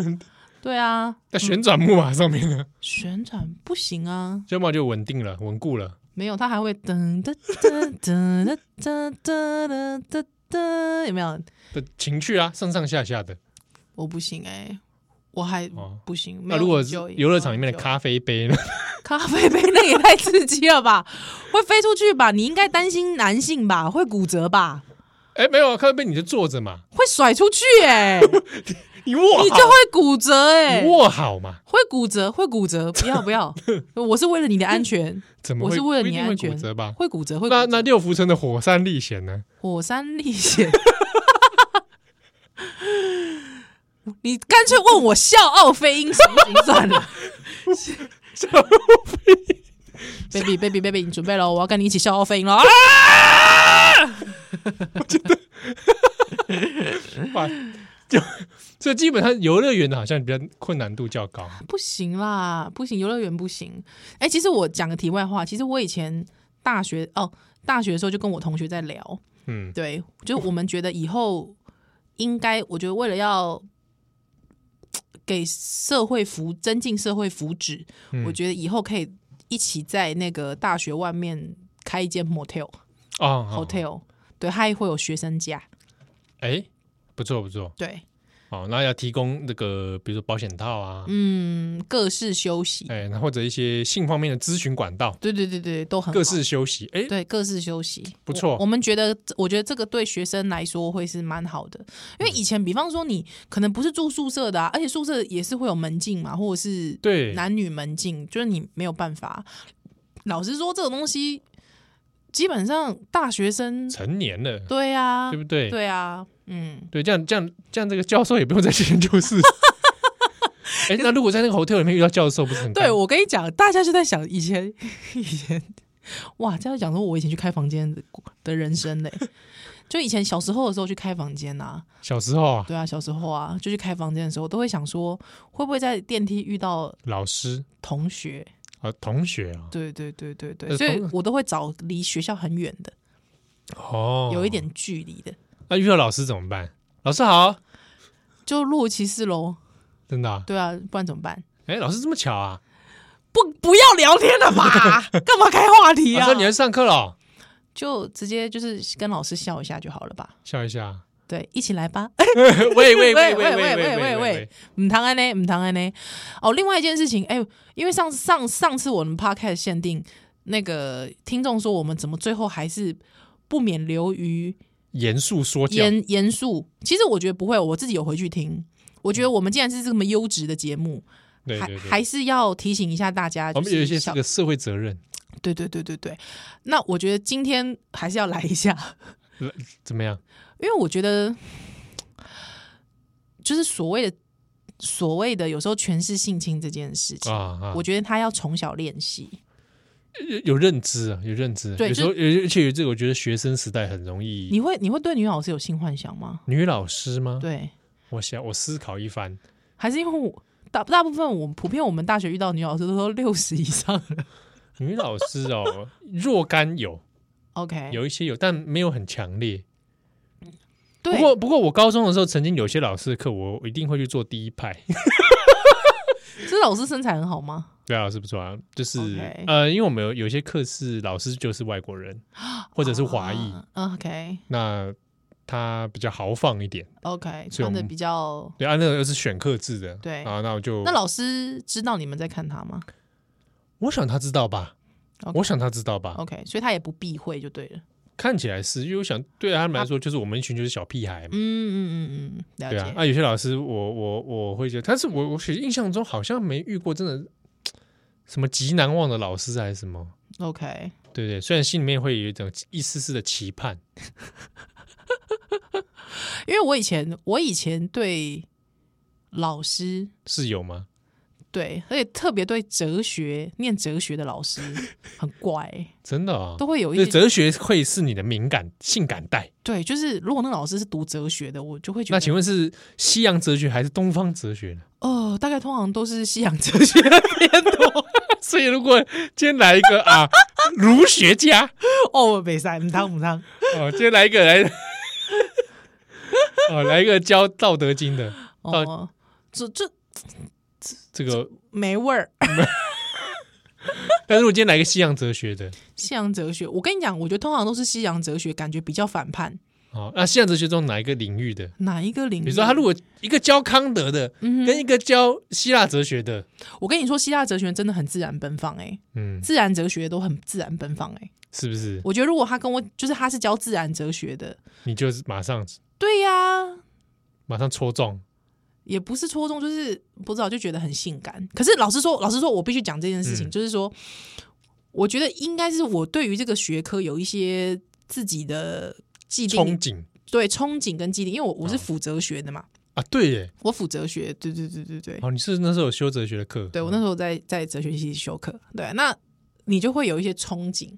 Speaker 2: 对啊，
Speaker 1: 在旋转木马上面呢，
Speaker 2: 旋转不行啊，
Speaker 1: 旋转木马就稳定了，稳固了。
Speaker 2: 没有，它还会噔噔噔噔噔噔噔噔，有没有？
Speaker 1: 的情趣啊，上上下下的。
Speaker 2: 我不行哎、我还
Speaker 1: 哦
Speaker 2: 不行。没
Speaker 1: 那
Speaker 2: 有
Speaker 1: 如果是
Speaker 2: enjoy，
Speaker 1: 游乐场里面的
Speaker 2: 没有
Speaker 1: 咖啡杯呢？
Speaker 2: 咖啡杯，那也太刺激了吧？ (laughs) 会飞出去吧？你应该担心男性吧？会骨折吧？
Speaker 1: 哎、没有啊，咖啡杯你就坐着嘛，
Speaker 2: 会甩出去
Speaker 1: (laughs)
Speaker 2: 哎、
Speaker 1: 你握
Speaker 2: 你就
Speaker 1: 好，
Speaker 2: 会骨折哎、
Speaker 1: 你握好嘛，
Speaker 2: 会骨折，会骨折，不要不要，我是为了你的安全，
Speaker 1: 怎么会？
Speaker 2: 我是为了
Speaker 1: 不一
Speaker 2: 你
Speaker 1: 定会
Speaker 2: 安全
Speaker 1: 骨折吧？
Speaker 2: 会骨折，会骨
Speaker 1: 那
Speaker 2: 折。
Speaker 1: 那六福村的火山历险
Speaker 2: (laughs)
Speaker 1: 呢？
Speaker 2: 火山历险。 (laughs) 你干脆问我笑傲飞鹰行不行算了。baby baby baby，你准备了，我要跟你一起笑傲飞鹰了。啊！
Speaker 1: 哇，就所以基本上游乐园好像比较困难度较高。
Speaker 2: 不行啦，不行，游乐园不行。哎、其实我讲个题外话，其实我以前大学哦，大学的时候就跟我同学在聊，
Speaker 1: 嗯，
Speaker 2: 对，就我们觉得以后应该，我觉得为了要给社会福增进社会福祉，
Speaker 1: 嗯
Speaker 2: 我觉得以后可以一起在那个大学外面开一间 motel
Speaker 1: 哦好
Speaker 2: hotel，对，它也会有学生价，
Speaker 1: 哎，不错不错，
Speaker 2: 对，
Speaker 1: 哦，那要提供那个比如说保险套啊，
Speaker 2: 嗯，各式休息，
Speaker 1: 哎，那或者一些性方面的咨询管道，
Speaker 2: 对对对对，都很好
Speaker 1: 各式休息，哎，
Speaker 2: 对各式休息，
Speaker 1: 不错
Speaker 2: 我。我们觉得，我觉得这个对学生来说会是蛮好的，因
Speaker 1: 嗯
Speaker 2: 为以前，比方说你可能不是住宿舍的、啊，而且宿舍也是会有门禁嘛，或者是
Speaker 1: 对
Speaker 2: 男女门禁，就是你没有办法。老实说，这种东西基本上大学生
Speaker 1: 成年了，
Speaker 2: 对啊
Speaker 1: 对，不对？
Speaker 2: 对啊，嗯，
Speaker 1: 对，这样这样这样，这个教授也不用再去研究室。哎，
Speaker 2: (laughs)
Speaker 1: 那如果在那个 hotel 里面遇到教授，不是很尴尬
Speaker 2: 对我跟你讲，大家就在想以前以前。哇，这样讲说，我以前去开房间的的人
Speaker 1: (laughs)
Speaker 2: 生嘞，就以前小时候的时候去开房间啊，
Speaker 1: 小时候啊，
Speaker 2: 对啊，小时候啊，就去开房间的时候，都会想说，会不会在电梯遇到
Speaker 1: 老师
Speaker 2: 同学？
Speaker 1: 啊，同学啊，
Speaker 2: 对对对对对，
Speaker 1: 呃
Speaker 2: 所以
Speaker 1: 同
Speaker 2: 我都会找离学校很远的，
Speaker 1: 哦，
Speaker 2: 有一。点距离的，
Speaker 1: 那遇到老师怎么办？老师好，
Speaker 2: 就若无其事喽。
Speaker 1: 真的、啊？
Speaker 2: 对啊，不然怎么办？
Speaker 1: 哎，老师这么巧啊？
Speaker 2: 不，不要聊天了吧？干嘛开话题
Speaker 1: 老
Speaker 2: 啊
Speaker 1: 师，？你来上课了哦？
Speaker 2: 就直接就是跟老师笑一下就好了吧？
Speaker 1: 笑一
Speaker 2: (laughs)
Speaker 1: 下。
Speaker 2: 对，一起来吧。 (laughs)
Speaker 1: 喂喂
Speaker 2: 喂
Speaker 1: 喂喂
Speaker 2: 喂
Speaker 1: 喂
Speaker 2: 喂喂
Speaker 1: 喂
Speaker 2: 喂
Speaker 1: 喂
Speaker 2: 喂
Speaker 1: 喂！
Speaker 2: 唔唐安呢，唔唐安呢。哦，另外一件事情，哎、因为上次上上次我们 podcast 限定那个听众说，我们怎么最后还是不免流于
Speaker 1: 严肃说教，
Speaker 2: 严严肃。其实我觉得不会，我自己有回去听。我觉得我们既然是这么优质的节目，
Speaker 1: 对
Speaker 2: 还
Speaker 1: 对对，
Speaker 2: 还是要提醒一下大家，
Speaker 1: 我
Speaker 2: 就
Speaker 1: 们
Speaker 2: 是
Speaker 1: 有一些这
Speaker 2: 小
Speaker 1: 个社会责任，
Speaker 2: 对对对对对。那我觉得今天还是要来一下，
Speaker 1: 怎么样？
Speaker 2: 因为我觉得就是所谓的所谓的有时候诠释性侵这件事情
Speaker 1: 啊，啊
Speaker 2: 我，觉得他要从小练习。
Speaker 1: 有有认知啊，有认知。
Speaker 2: 对
Speaker 1: 有时候，
Speaker 2: 就
Speaker 1: 有而且有这个，我觉得学生时代很容易。
Speaker 2: 你会你会对女老师有性幻想吗？
Speaker 1: 女老师吗？
Speaker 2: 对，
Speaker 1: 我想我思考一番，
Speaker 2: 还是因为我大大部分我们普遍我们大学遇到的女老师都说六十以上 (laughs) 了。
Speaker 1: 女老师哦， (laughs) 若干有，
Speaker 2: OK，
Speaker 1: 有一些有，但没有很强烈。
Speaker 2: 对
Speaker 1: 不，过，不过我高中的时候，曾经有些老师的课，我一定会去做第一 (laughs) 排。
Speaker 2: 这老师身材很好吗？
Speaker 1: 对啊，老师不错啊，就是
Speaker 2: OK
Speaker 1: 呃，因为我们有有些课是老师就是外国
Speaker 2: (gasps)
Speaker 1: 人或者是华裔，
Speaker 2: 啊 OK
Speaker 1: 那他比较豪放一点。
Speaker 2: OK，
Speaker 1: 所以我
Speaker 2: 穿
Speaker 1: 们
Speaker 2: 的比较。
Speaker 1: 对啊，那个又是选课制的，
Speaker 2: 对
Speaker 1: 啊，那我就
Speaker 2: 那老师知道你们在看他吗
Speaker 1: 我想他知道吧
Speaker 2: OK
Speaker 1: 我想他知道吧
Speaker 2: ？OK，所以他也不避讳就对了。
Speaker 1: 看起来是因为我想对他
Speaker 2: 啊
Speaker 1: 们来说，就是我们一群就是小屁孩嘛。
Speaker 2: 嗯嗯嗯嗯，了
Speaker 1: 对啊，
Speaker 2: 解。
Speaker 1: 啊，有些老师我我我会觉得，但是我我其实印象中好像没遇过真的什么极难忘的老师还是什么，
Speaker 2: OK，
Speaker 1: 对不对？虽然心里面会有一种一丝丝的期盼，
Speaker 2: 因为我以前我以前对老师
Speaker 1: 是有吗？
Speaker 2: 对，而且特别对哲学念哲学的
Speaker 1: (laughs)
Speaker 2: 老师很怪，
Speaker 1: 真的啊、
Speaker 2: 都会有
Speaker 1: 对
Speaker 2: 一些
Speaker 1: 哲学会是你的敏感性感带。
Speaker 2: 对，就是如果那个老师是读哲学的，我就会觉
Speaker 1: 那
Speaker 2: 得
Speaker 1: 请问是西洋哲学还是东方哲学呢？ (laughs)
Speaker 2: 哦，大概通常都是西洋哲学 (laughs) 偏多
Speaker 1: 所以如果今天来一个啊儒学家，
Speaker 2: 哦，北塞母汤母汤，
Speaker 1: 哦，今天来一个来，哦，来一个教《道德经》的，
Speaker 2: 哦，这这
Speaker 1: 这个，
Speaker 2: 没味儿。
Speaker 1: 但是我今天来一个西洋哲学的，
Speaker 2: 西洋哲学，我跟你讲，我觉得通常都是西洋哲学，感觉比较反叛。
Speaker 1: 哦，那西洋哲学中哪一个领域的？
Speaker 2: 哪一个领域？
Speaker 1: 比如说，他如果一个教康德的，
Speaker 2: 嗯
Speaker 1: 跟一个教希腊哲学的，
Speaker 2: 我跟你说，希腊哲学真的很自然奔放、欸，哎，
Speaker 1: 嗯，
Speaker 2: 自然哲学都很自然奔放、欸，哎，
Speaker 1: 是不是？
Speaker 2: 我觉得如果他跟我，就是他是教自然哲学的，
Speaker 1: 你就是马上
Speaker 2: 对呀、
Speaker 1: 马上戳中，
Speaker 2: 也不是戳中，就是不知道就觉得很性感。可是老实说，老实说，我必须讲这件事情，
Speaker 1: 嗯
Speaker 2: 就是说，我觉得应该是我对于这个学科有一些自己的既
Speaker 1: 憧
Speaker 2: 定，
Speaker 1: 憬哦
Speaker 2: 对憧憬跟既定，因为我我是辅哲学的嘛，
Speaker 1: 啊，对耶，
Speaker 2: 我辅哲学，对对对对对，
Speaker 1: 哦，你是不是那时候有修哲学的课，
Speaker 2: 对我那时候在在哲学系修课，对，那你就会有一些憧憬，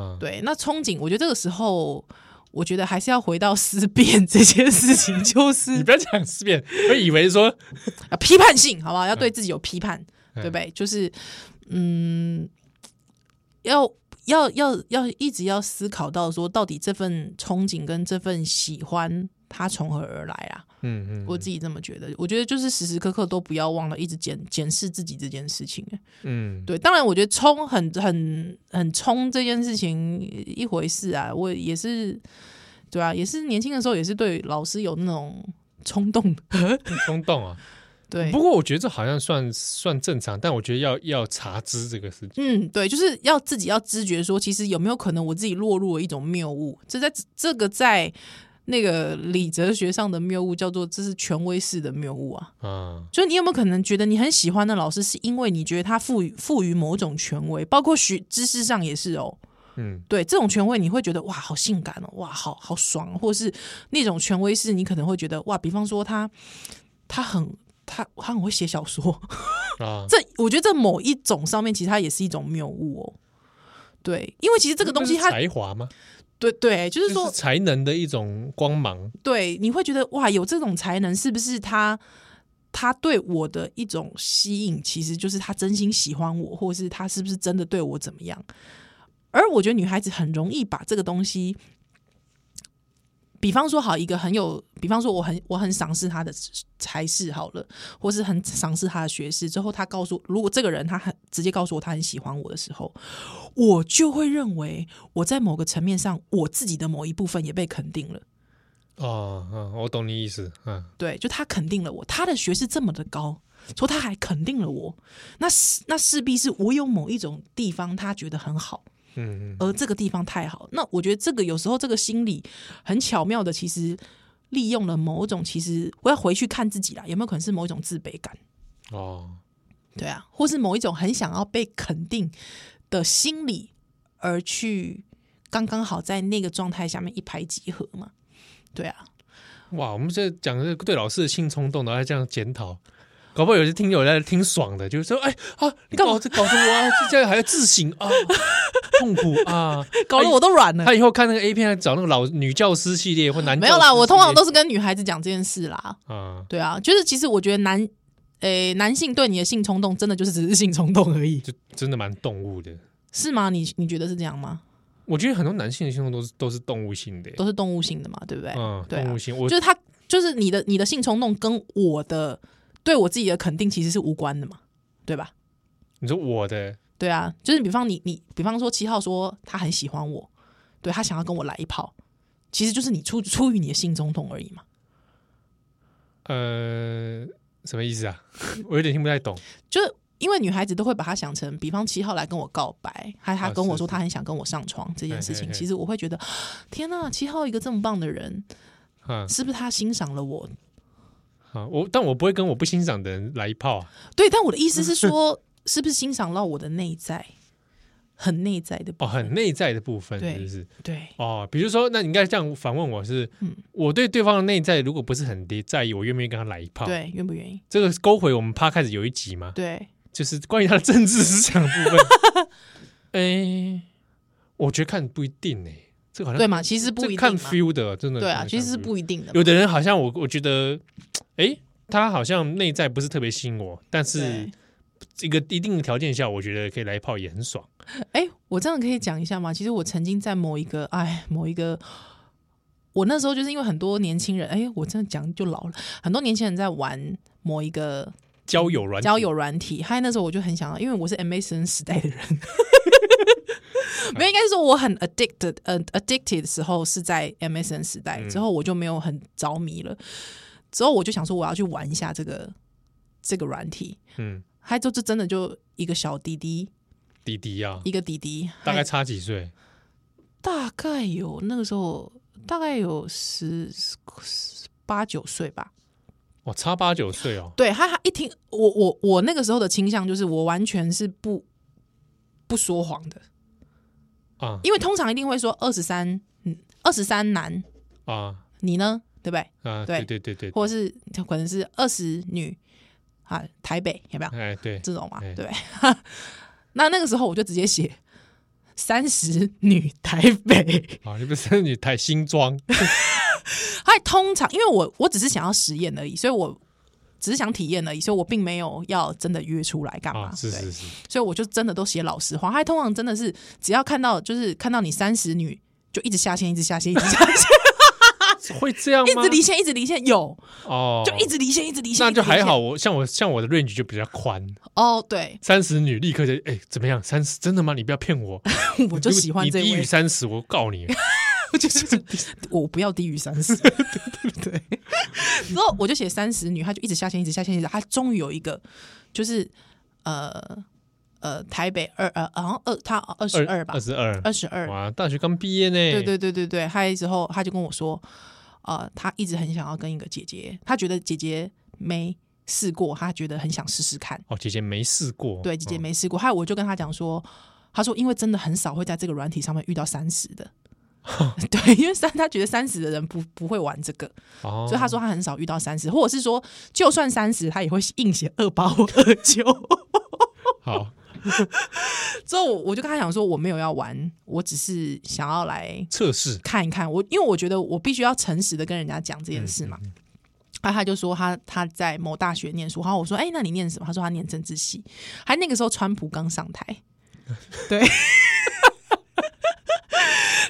Speaker 1: 啊，
Speaker 2: 对，那憧憬，我觉得这个时候，我觉得还是要回到思辨 (laughs) 这件事情，就
Speaker 1: 你
Speaker 2: 是
Speaker 1: 不要讲四遍，我以为说，
Speaker 2: 啊批判性，好不好？要对自己有批判，
Speaker 1: 嗯
Speaker 2: 对不对？就是嗯，要要要要一直要思考到说，到底这份憧憬跟这份喜欢它从何而来啊？
Speaker 1: 嗯嗯，
Speaker 2: 我自己这么觉得。我觉得就是时时刻刻都不要忘了一直检检视自己这件事情。欸
Speaker 1: 嗯
Speaker 2: 对，当然我觉得冲很很很冲这件事情一回事啊，我也是，对啊，也是年轻的时候也是对老师有那种冲动的，
Speaker 1: 冲动啊。
Speaker 2: (laughs) 对
Speaker 1: 不，过我觉得这好像算算正常，但我觉得要要查知这个事情。
Speaker 2: 嗯，对，就是要自己要知觉说，其实有没有可能我自己落入了一种谬误？这在这个在那个理哲学上的谬误叫做这是权威式的谬误啊。
Speaker 1: 啊，
Speaker 2: 就是你有没有可能觉得你很喜欢的老师，是因为你觉得他赋予赋予某种权威，包括学知识上也是哦。
Speaker 1: 嗯
Speaker 2: 对这种权威，你会觉得哇，好性感哦，哇，好好爽哦，或是那种权威是你可能会觉得哇，比方说他他很他他很会写小说， (laughs)
Speaker 1: 啊，
Speaker 2: 这我觉得在某一种上面，其实它也是一种谬误哦。对，因为其实这个东西
Speaker 1: 那
Speaker 2: 它
Speaker 1: 是才华吗？
Speaker 2: 对对，就
Speaker 1: 就
Speaker 2: 是说
Speaker 1: 是才能的一种光芒。
Speaker 2: 对，你会觉得哇，有这种才能，是不是他他对我的一种吸引，其实就是他真心喜欢我，或是他是不是真的对我怎么样？而我觉得女孩子很容易把这个东西，比方说好一个很有，比方说我很我很赏识他的才识好了，或是很赏识他的学识，之后他告诉如果这个人他很直接告诉我他很喜欢我的时候，我就会认为我在某个层面上我自己的某一部分也被肯定了。
Speaker 1: 哦，嗯，我懂你意思。嗯，
Speaker 2: 对，就他肯定了我，他的学识这么的高，说他还肯定了我，那势那势必是我有某一种地方他觉得很好，
Speaker 1: 嗯嗯
Speaker 2: 而这个地方太好。那我觉得这个有时候这个心理很巧妙的，其实利用了某种，其实我要回去看自己啦，有没有可能是某一种自卑感？
Speaker 1: 哦，
Speaker 2: 对啊，或是某一种很想要被肯定的心理，而去刚刚好在那个状态下面一拍即合嘛？对啊，
Speaker 1: 哇，我们这讲的是对老师的性冲动，然后还这样检讨。搞不好有些听友在听爽的，就是说，哎啊，你搞这搞得我啊，这样还要自省啊，痛苦啊！
Speaker 2: (laughs) 搞得我都软了。
Speaker 1: 他以后看那个 A 片，找那个老女教师系
Speaker 2: (laughs)
Speaker 1: 列或男
Speaker 2: 没有啦，我通常
Speaker 1: 都
Speaker 2: 都是跟女孩子讲这件事啦。
Speaker 1: 啊，
Speaker 2: 对啊，就是其实我觉得男，诶、男性对你的性冲动，真的就是只是性冲动而已， (laughs)
Speaker 1: 就真的蛮动物的。
Speaker 2: 是吗？你你觉得是这样吗？
Speaker 1: 我觉得很多男性的性冲动都是都是动物性的耶，
Speaker 2: 都是动物性的嘛，对不对？
Speaker 1: 嗯，
Speaker 2: 对啊
Speaker 1: 动物性。我
Speaker 2: 就是他，就是你的你的性冲动跟我的对我自己的肯定其实是无关的嘛，对吧？
Speaker 1: 你说我的
Speaker 2: 对啊，就是比方你你比方说七号说他很喜欢我，对他想要跟我来一炮，其实就是你出出于你的性冲动而已嘛。
Speaker 1: 呃什么意思啊？ (laughs) 我有点听不太懂。
Speaker 2: 就是因为女孩子都会把她想成，比方七号来跟我告白，还有她跟我说她很想跟我上床这件事情，
Speaker 1: 嘿嘿嘿
Speaker 2: 其实我会觉得，天呐，七号一个这么棒的人，
Speaker 1: 嗯，
Speaker 2: 是不是他欣赏了我？
Speaker 1: 好，啊我但我不会跟我不欣赏的人来一炮啊。
Speaker 2: 对，但我的意思是说，是不是欣赏到我的内在，很内在的部
Speaker 1: 哦，
Speaker 2: 分
Speaker 1: 很内在的部分
Speaker 2: 对
Speaker 1: 是不是？
Speaker 2: 对，
Speaker 1: 哦，比如说，那你应该这样反问我是，
Speaker 2: 嗯
Speaker 1: 我对对方的内在如果不是很低在意，我愿不愿意跟他来一炮？，
Speaker 2: 对，愿不愿意？
Speaker 1: 这个勾回我们趴开始有一集嘛，
Speaker 2: 对，
Speaker 1: 就是关于他的政治思想的部分。
Speaker 2: (laughs)
Speaker 1: 哎、我觉得看不一定呢、这个好像
Speaker 2: 对嘛？其实不
Speaker 1: 这
Speaker 2: 一定
Speaker 1: 看
Speaker 2: 嘛，
Speaker 1: feel 的，真的
Speaker 2: 对
Speaker 1: 真的
Speaker 2: 啊，
Speaker 1: 看
Speaker 2: 其实是
Speaker 1: feel
Speaker 2: 不一定的嘛。
Speaker 1: 有的人好像我我觉得，哎、他好像内在不是特别吸引我，但是
Speaker 2: 对，
Speaker 1: 一个一定的条件下，我觉得可以来一炮也很爽。
Speaker 2: 哎，我这样可以讲一下吗？其实我曾经在某一个，哎，某一个，我那时候就是因为很多年轻人，哎，我真的讲就老了，很多年轻人在玩某一个
Speaker 1: 交友软体
Speaker 2: 交友软体，嗨，那时候我就很想要，因为我是 MSN 时代的人， (laughs) 没有，应该是说我很 addicted，呃、addicted 的时候是在 MSN 时代，
Speaker 1: 嗯
Speaker 2: 之后我就没有很着迷了，之后我就想说我要去玩一下这个这个软体，
Speaker 1: 嗯，
Speaker 2: 嗨，就就真的就一个小弟弟，
Speaker 1: 滴滴啊，
Speaker 2: 一个弟弟，
Speaker 1: 大概
Speaker 2: 嗨
Speaker 1: 差几岁？
Speaker 2: 大概有那个时候大概有十十八九岁吧。
Speaker 1: 哇，差八九岁哦。
Speaker 2: 对他他一听我我我那个时候的倾向就是我完全是不不说谎的，
Speaker 1: 啊
Speaker 2: 因为通常一定会说二十三，嗯，二十三男，
Speaker 1: 啊
Speaker 2: 你呢？对不对？
Speaker 1: 啊！对
Speaker 2: 对
Speaker 1: 对对对，
Speaker 2: 或者是可能是二十女啊，台北有没有
Speaker 1: 哎对，
Speaker 2: 这种嘛？
Speaker 1: 哎
Speaker 2: 对不对？ (laughs) 那那个时候我就直接写三十女台北。
Speaker 1: 啊，你不是你太新
Speaker 2: (laughs)
Speaker 1: 装
Speaker 2: 还通常因为我我只是想要实验而已，所以我只是想体验而已，所以我并没有要真的约出来干嘛。
Speaker 1: 啊？是
Speaker 2: 对
Speaker 1: 是是，
Speaker 2: 所以我就真的都写老实话。他通常真的是
Speaker 1: (laughs)
Speaker 2: 只要看到就是看到你三十女，就一直下线，一直下线，一直下线。
Speaker 1: 会这样
Speaker 2: 一
Speaker 1: 吗
Speaker 2: 直？离线，一直离线，有
Speaker 1: 哦，
Speaker 2: 就一直离线，一直离线，
Speaker 1: 那就
Speaker 2: 一直离
Speaker 1: 还
Speaker 2: 线
Speaker 1: 好。我像我像我的 range 就比较宽，
Speaker 2: 哦。对，
Speaker 1: 三十女立刻就哎、怎么样？三十真的吗？你不要骗我，
Speaker 2: 我 (laughs) 就喜欢
Speaker 1: 你
Speaker 2: 这
Speaker 1: 低于
Speaker 2: 位，
Speaker 1: 三十，我告你。
Speaker 2: 我就是我不要低于三十。 (laughs) 对，然后我就写三十女，她就一直下线，一直下线，一直下线她终于有一个就是呃呃台北二呃好像二她二 (laughs) 十二吧
Speaker 1: 二，十二，
Speaker 2: 二十二，
Speaker 1: 哇，大学刚毕业呢。
Speaker 2: 对对对对对，嗨之后他就跟我说，呃，他一直很想要跟一个姐姐，他觉得姐姐没试过，他觉得很想试试看。
Speaker 1: 哦，姐姐没试过。
Speaker 2: 对，姐姐
Speaker 1: 嗯
Speaker 2: 没试过，还有我就跟他讲说，他说因为真的很少会在这个软体上面遇到三十
Speaker 1: (laughs)
Speaker 2: 的。对，因为三他觉得三十的人不不会玩这个，
Speaker 1: 哦，
Speaker 2: 所以他说他很少遇到三十，或者是说就算三十，他也会硬写二八或二九。 (laughs)
Speaker 1: 好，
Speaker 2: 之后我我就跟他讲说我没有要玩，我只是想要来
Speaker 1: 测试
Speaker 2: 看一看我，因为我觉得我必须要诚实的跟人家讲这件事嘛。啊，他就说他他在某大学念书，然后我说，哎、那你念什么？他说他念政治系，还那个时候川普刚上台，对。 (laughs)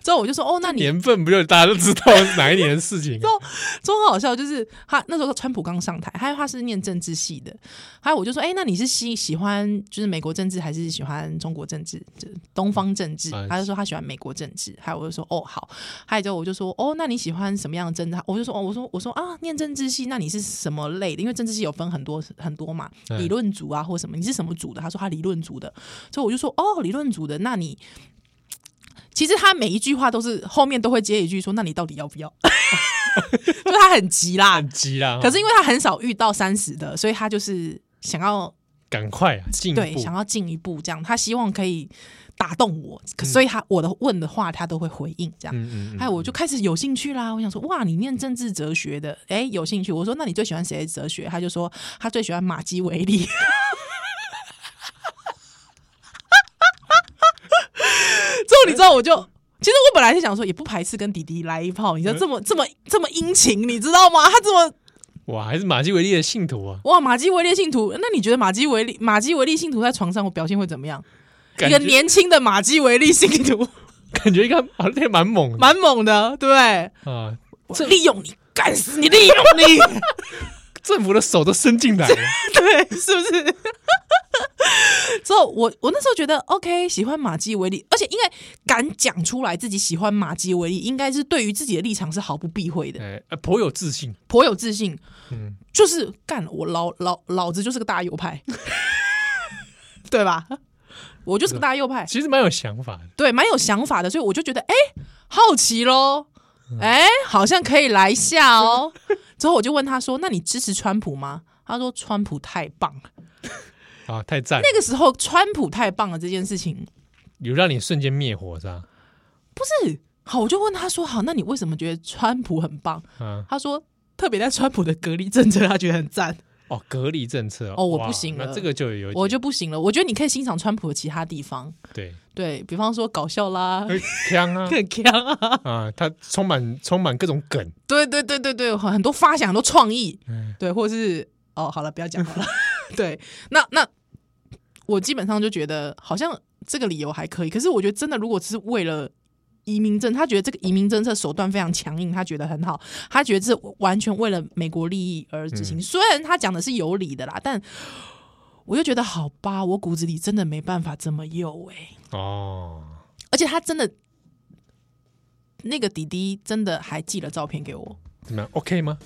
Speaker 2: 之后我就说，哦，那你
Speaker 1: 年份不就大家都知道是哪一年的事
Speaker 2: (laughs)
Speaker 1: 情？
Speaker 2: 之后很好笑，就是他那时候川普刚上台，还有他是念政治系的，还有我就说，哎、那你是喜喜欢就是美国政治还是喜欢中国政治，就东方政治
Speaker 1: 哎？
Speaker 2: 他就说他喜欢美国政治，还有我就说哦好，还有之后我就说哦，那你喜欢什么样的政治？我就说哦，我说我说啊，念政治系，那你是什么类的？因为政治系有分很多很多嘛，
Speaker 1: 哎
Speaker 2: 理论组啊或什么，你是什么组的？他说他理论组的，所以我就说哦，理论组的，那你。其实他每一句话都是后面都会接一句说：“那你到底要不要？” (laughs) 就他很急啦，
Speaker 1: 很急啦，
Speaker 2: 可是因为他很少遇到三十的，所以他就是想要
Speaker 1: 赶快啊，进一
Speaker 2: 对
Speaker 1: 步
Speaker 2: 想要进一步这样，他希望可以打动我，可所以他我的问的话他都会回应这样。
Speaker 1: 嗯嗯嗯，
Speaker 2: 哎，我就开始有兴趣啦！我想说，哇，你念政治哲学的，哎，有兴趣。我说，那你最喜欢谁的哲学？他就说，他最喜欢马基维利。 (laughs) 之后你知道，我就其实我本来是想说，也不排斥跟弟弟来一炮。你
Speaker 1: 嗯
Speaker 2: 知道这么、这么这么殷勤，你知道吗？他这么
Speaker 1: 哇，还是马基维利的信徒啊，
Speaker 2: 哇，马基维利信徒，那你觉得马基维利马基维利信徒在床上表现会怎么样？一
Speaker 1: 感
Speaker 2: 个
Speaker 1: 觉
Speaker 2: 年轻的马基维利信徒，
Speaker 1: 感觉应该好像蛮
Speaker 2: (laughs)
Speaker 1: 猛的
Speaker 2: 蛮猛的，对不对？
Speaker 1: 啊，
Speaker 2: 我利用你，干死你，利用你，
Speaker 1: 政府的手都伸进来了，
Speaker 2: (laughs) 对，是不是？ (laughs) 之后我我那时候觉得 OK，喜欢马基维利，而且因为敢讲出来自己喜欢马基维利，应该是对于自己的立场是毫不避讳的，
Speaker 1: 哎，呃颇有自信，
Speaker 2: 颇有自信。
Speaker 1: 嗯，
Speaker 2: 就是干我老老老子就是个大右派，对吧？我就是个大右派，
Speaker 1: 其实蛮有想法的，
Speaker 2: 对，蛮有想法的，所以我就觉得，哎、好奇咯，哎、好像可以来一下哦。之后我就问他说：“那你支持川普吗？”他说：“川普太棒了。
Speaker 1: 啊，太赞，”
Speaker 2: 那个时候，川普太棒了这件事情，
Speaker 1: 有让你瞬间灭火是吧？
Speaker 2: 不是好，我就问他说：“好，那你为什么觉得川普很棒
Speaker 1: 啊，？”
Speaker 2: 他说：“特别在川普的隔离政策，他觉得很赞。
Speaker 1: 哦，隔离政策
Speaker 2: 哦我
Speaker 1: 哇
Speaker 2: 不行了
Speaker 1: 那这个就有一点，
Speaker 2: 我就不行了，我觉得你可以欣赏川普的其他地方， (laughs)
Speaker 1: 对，
Speaker 2: 对比方说搞笑啦，
Speaker 1: 很强啊
Speaker 2: 很强啊，
Speaker 1: 啊，它充满充满各种梗，
Speaker 2: 对对对对对，很多发想，很多创意，
Speaker 1: 嗯
Speaker 2: 对，或者是哦，好了，不要讲好了。 (laughs) 对，那那我基本上就觉得好像这个理由还可以，可是我觉得真的，如果只是为了移民政，他觉得这个移民政策手段非常强硬，他觉得很好，他觉得这完全为了美国利益而执行。虽然他讲的是有理的啦，但我就觉得好吧，我骨子里真的没办法这么右哎、
Speaker 1: 哦，
Speaker 2: 而且他真的。那个弟弟真的还寄了照片给我，
Speaker 1: 怎么样？OK 吗？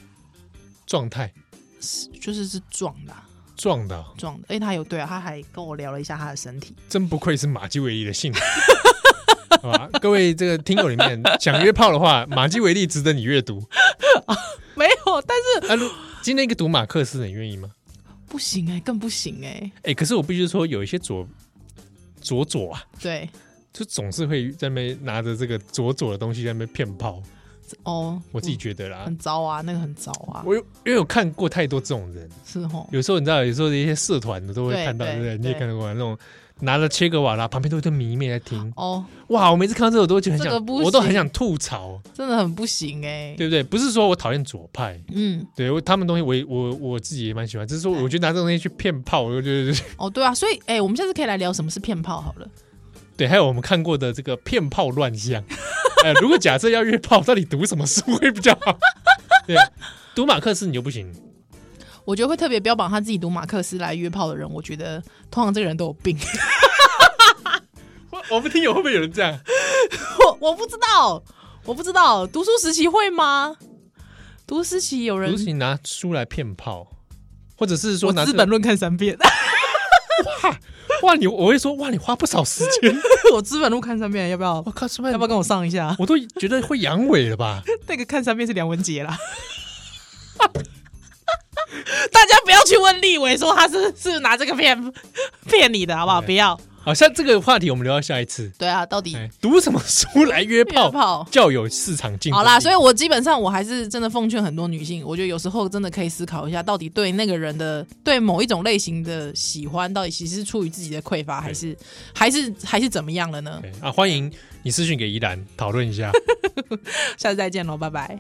Speaker 1: 状态
Speaker 2: 是就是是撞的啊、
Speaker 1: 撞的哦、
Speaker 2: 撞的，而且他有对啊，他还跟我聊了一下他的身体。
Speaker 1: 真不愧是马基维利的信徒。 (laughs) 好吧，各位这个听友里面想约炮的话，马基维利值得你阅读。
Speaker 2: (laughs) 没有，但是
Speaker 1: 啊，如今天一个读马克思，你愿意吗？
Speaker 2: 不行哎、更不行哎、
Speaker 1: 哎、可是我必须说，有一些左左左啊，
Speaker 2: 对，
Speaker 1: 就总是会在那边拿着这个左左的东西在那边骗炮。
Speaker 2: 哦，
Speaker 1: 我自己觉得啦，
Speaker 2: 很糟啊，那个很糟啊，
Speaker 1: 我有因为我看过太多这种人，
Speaker 2: 是哦吼，
Speaker 1: 有时候你知道，有时候一些社团的都会
Speaker 2: 对
Speaker 1: 看到，对
Speaker 2: 对
Speaker 1: 不对？你也
Speaker 2: 对
Speaker 1: 看到过啊那种拿着切格瓦拉，旁边都有一堆迷妹在听。
Speaker 2: 哦，
Speaker 1: 哇，我每次看到这个，我都觉得很
Speaker 2: 这
Speaker 1: 想，
Speaker 2: 个不
Speaker 1: 我都很
Speaker 2: 行
Speaker 1: 想吐槽，
Speaker 2: 真的很不行哎、
Speaker 1: 对不对？不是说我讨厌左派，
Speaker 2: 嗯，
Speaker 1: 对我他们东西我也，我我自己也蛮喜欢，只是说我觉得拿这种东西去骗炮，我觉得 (laughs)
Speaker 2: 哦，对啊，所以哎、我们下次可以来聊什么是骗炮好了。
Speaker 1: 对。还有我们看过的这个骗炮乱象， (laughs) 呃，如果假设要约炮，到底读什么书会比较好？对，读马克思你就不行。
Speaker 2: 我觉得会特别标榜他自己读马克思来约炮的人，我觉得通常这个人都有病。 (laughs)
Speaker 1: 我我们听友会不会有人这样？
Speaker 2: 我我不知道，我不知道，读书时期会吗？读书时期有人
Speaker 1: 不行，拿书来骗炮，或者是说
Speaker 2: 我
Speaker 1: 拿
Speaker 2: 《
Speaker 1: 这
Speaker 2: 资本论》看三遍， (laughs)
Speaker 1: 哇，你我会说哇，你花不少时间。
Speaker 2: 我《资本论》看三遍，要不要
Speaker 1: 我？靠，是不是
Speaker 2: 要不要跟我上一下？
Speaker 1: 我都觉得会阳痿了吧？
Speaker 2: 那个看三遍是梁文杰啦。 (laughs) 大家不要去问立伟说他是是拿这个骗骗你的，好不好？
Speaker 1: 对
Speaker 2: 不要。
Speaker 1: 好像这个话题我们留到下一次。
Speaker 2: 对啊，到底哦
Speaker 1: 哎，读什么书来约
Speaker 2: 约
Speaker 1: 炮？
Speaker 2: 炮
Speaker 1: 较有市场竞争力。
Speaker 2: 好啦，所以我基本上我还是真的奉劝很多女性，我觉得有时候真的可以思考一下，到底对那个人的对某一种类型的喜欢，到底其实是出于自己的匮乏，还是还是还是怎么样了呢？
Speaker 1: 对啊，欢迎你私讯给依兰讨论一下。
Speaker 2: 下次再见喽，拜拜。